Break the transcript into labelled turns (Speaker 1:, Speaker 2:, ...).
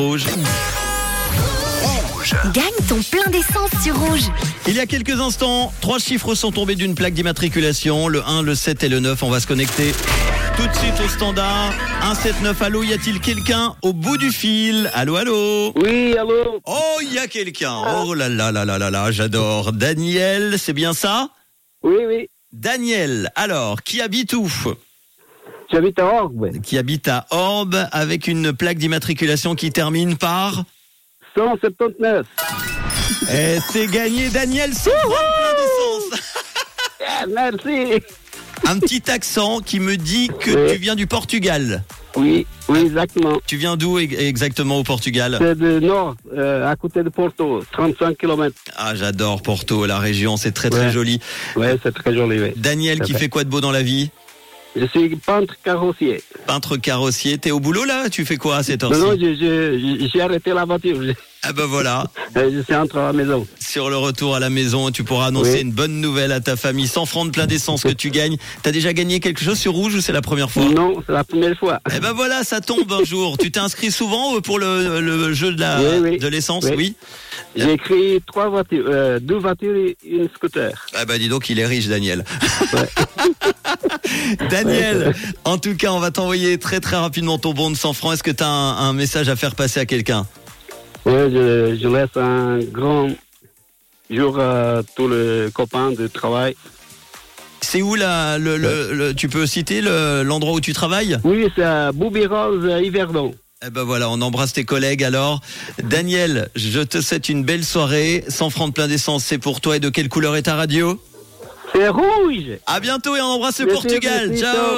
Speaker 1: Rouge.
Speaker 2: Gagne ton plein d'essence sur rouge.
Speaker 1: Il y a quelques instants, trois chiffres sont tombés d'une plaque d'immatriculation, le 1, le 7 et le 9. On va se connecter tout de suite au standard. 179, allô, y a-t-il quelqu'un au bout du fil Allô, allô
Speaker 3: Oui, allô
Speaker 1: Oh, il y a quelqu'un Oh là là là là là là, j'adore. Daniel, c'est bien ça
Speaker 3: Oui, oui.
Speaker 1: Daniel, alors, qui habite où
Speaker 3: J'habite à Orbe.
Speaker 1: Qui habite à Orbe avec une plaque d'immatriculation qui termine par...
Speaker 3: 179.
Speaker 1: Et c'est gagné, Daniel, c'est plein d'essence
Speaker 3: Ah, merci.
Speaker 1: Un petit accent qui me dit que
Speaker 3: Oui.
Speaker 1: tu viens du Portugal.
Speaker 3: Oui, oui, exactement.
Speaker 1: Tu viens d'où e- exactement au Portugal
Speaker 3: C'est de nord, euh, à côté de Porto, 35 km.
Speaker 1: Ah, j'adore Porto, la région, c'est très très
Speaker 3: Ouais.
Speaker 1: joli.
Speaker 3: Ouais, c'est très joli, oui.
Speaker 1: Daniel, qui
Speaker 3: Ouais.
Speaker 1: fait quoi de beau dans la vie
Speaker 3: Je suis peintre carrossier.
Speaker 1: Peintre carrossier, t'es au boulot là Tu fais quoi à cette
Speaker 3: Non, non,
Speaker 1: heure-ci
Speaker 3: je- je- je- j'ai arrêté la voiture. Je, euh,
Speaker 1: Ah ben voilà,
Speaker 3: je suis entre à la maison.
Speaker 1: sur le retour à la maison, tu pourras annoncer
Speaker 3: Oui.
Speaker 1: une bonne nouvelle à ta famille. 100 francs de plein d'essence que tu gagnes. T'as déjà gagné quelque chose sur Rouge ou c'est la première fois
Speaker 3: Non, c'est la première fois.
Speaker 1: Eh ben voilà, ça tombe un jour. Tu t'es inscrit souvent euh, pour le, le jeu de la
Speaker 3: Oui, oui.
Speaker 1: de l'essence,
Speaker 3: Oui.
Speaker 1: oui
Speaker 3: J'ai créé trois voitures, euh, deux voitures et une scooter.
Speaker 1: Ah bah dis donc, il est riche, Daniel. Daniel, en tout cas, on va t'envoyer très très rapidement ton bon de 100 francs. Est-ce que t'as un, un message à faire passer à quelqu'un
Speaker 3: Ouais, je, je laisse un grand jour à tous les copains de travail.
Speaker 1: C'est où là le, le- le- Tu peux citer le- l'endroit où tu travailles
Speaker 3: Oui, c'est à Boubirose, à Yverdon.
Speaker 1: Eh ben voilà, on embrasse tes collègues alors. Daniel, je te souhaite une belle soirée. 100 francs de plein d'essence, c'est pour toi. Et de quelle couleur est ta radio
Speaker 3: C'est rouge
Speaker 1: À bientôt et on embrasse le
Speaker 3: Merci,
Speaker 1: Portugal.
Speaker 3: merci,
Speaker 1: Ciao